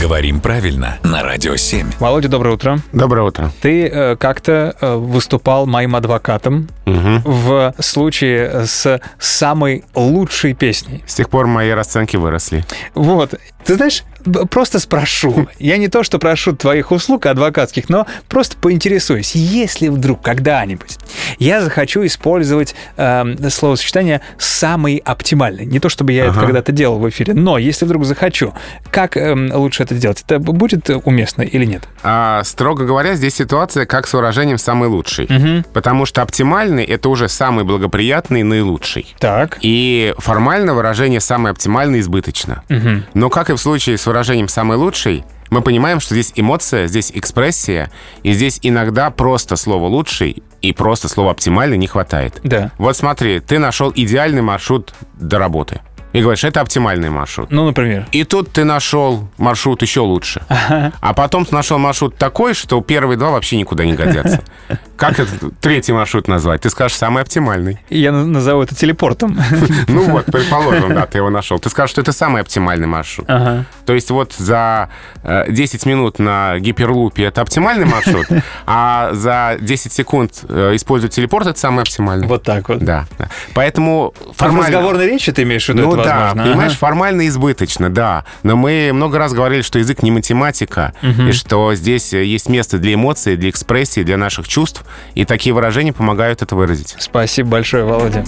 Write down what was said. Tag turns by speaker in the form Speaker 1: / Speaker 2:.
Speaker 1: Говорим правильно на Радио 7.
Speaker 2: Володя, доброе утро.
Speaker 3: Доброе утро.
Speaker 2: Ты э, как-то э, выступал моим адвокатом
Speaker 3: Мгм.
Speaker 2: в случае с самой лучшей песней.
Speaker 3: С тех пор мои расценки выросли.
Speaker 2: Вот. Ты знаешь, б- просто спрошу. Я не то, что прошу твоих услуг адвокатских, но просто поинтересуюсь. Если вдруг когда-нибудь я захочу использовать эм, словосочетание «самый оптимальный», не то, чтобы я это когда-то делал в эфире, но если вдруг захочу, как эм, лучше это делать? Это б- будет э, уместно или нет?
Speaker 3: А, строго говоря, здесь ситуация как с выражением «самый лучший». Потому что оптимальный — это уже самый благоприятный, наилучший.
Speaker 2: Так.
Speaker 3: И формально выражение «самый оптимальный» избыточно. Но как и в случае с выражением «самый лучший», мы понимаем, что здесь эмоция, здесь экспрессия, и здесь иногда просто слово «лучший» и просто слово «оптимальный» не хватает.
Speaker 2: Да.
Speaker 3: Вот смотри, ты нашел идеальный маршрут до работы. И говоришь, это оптимальный маршрут.
Speaker 2: Ну, например.
Speaker 3: И тут ты нашел маршрут еще лучше. А потом ты нашел маршрут такой, что первые два вообще никуда не годятся. Как этот третий маршрут назвать? Ты скажешь, самый оптимальный.
Speaker 2: Я на- назову это телепортом.
Speaker 3: Ну вот, предположим, да, ты его нашел. Ты скажешь, что это самый оптимальный маршрут.
Speaker 2: Ага.
Speaker 3: То есть вот за э, 10 минут на гиперлупе это оптимальный маршрут, а за 10 секунд э, использовать телепорт это самый оптимальный.
Speaker 2: Вот так вот.
Speaker 3: Да. да. Поэтому
Speaker 2: А В
Speaker 3: формально...
Speaker 2: разговорной речи ты имеешь в виду
Speaker 3: Ну
Speaker 2: это
Speaker 3: да,
Speaker 2: возможно? Ага.
Speaker 3: понимаешь, формально избыточно, да. Но мы много раз говорили, что язык не математика, и что здесь э, есть место для эмоций, для экспрессии, для наших чувств, и такие выражения помогают это выразить.
Speaker 2: Спасибо большое, Володя.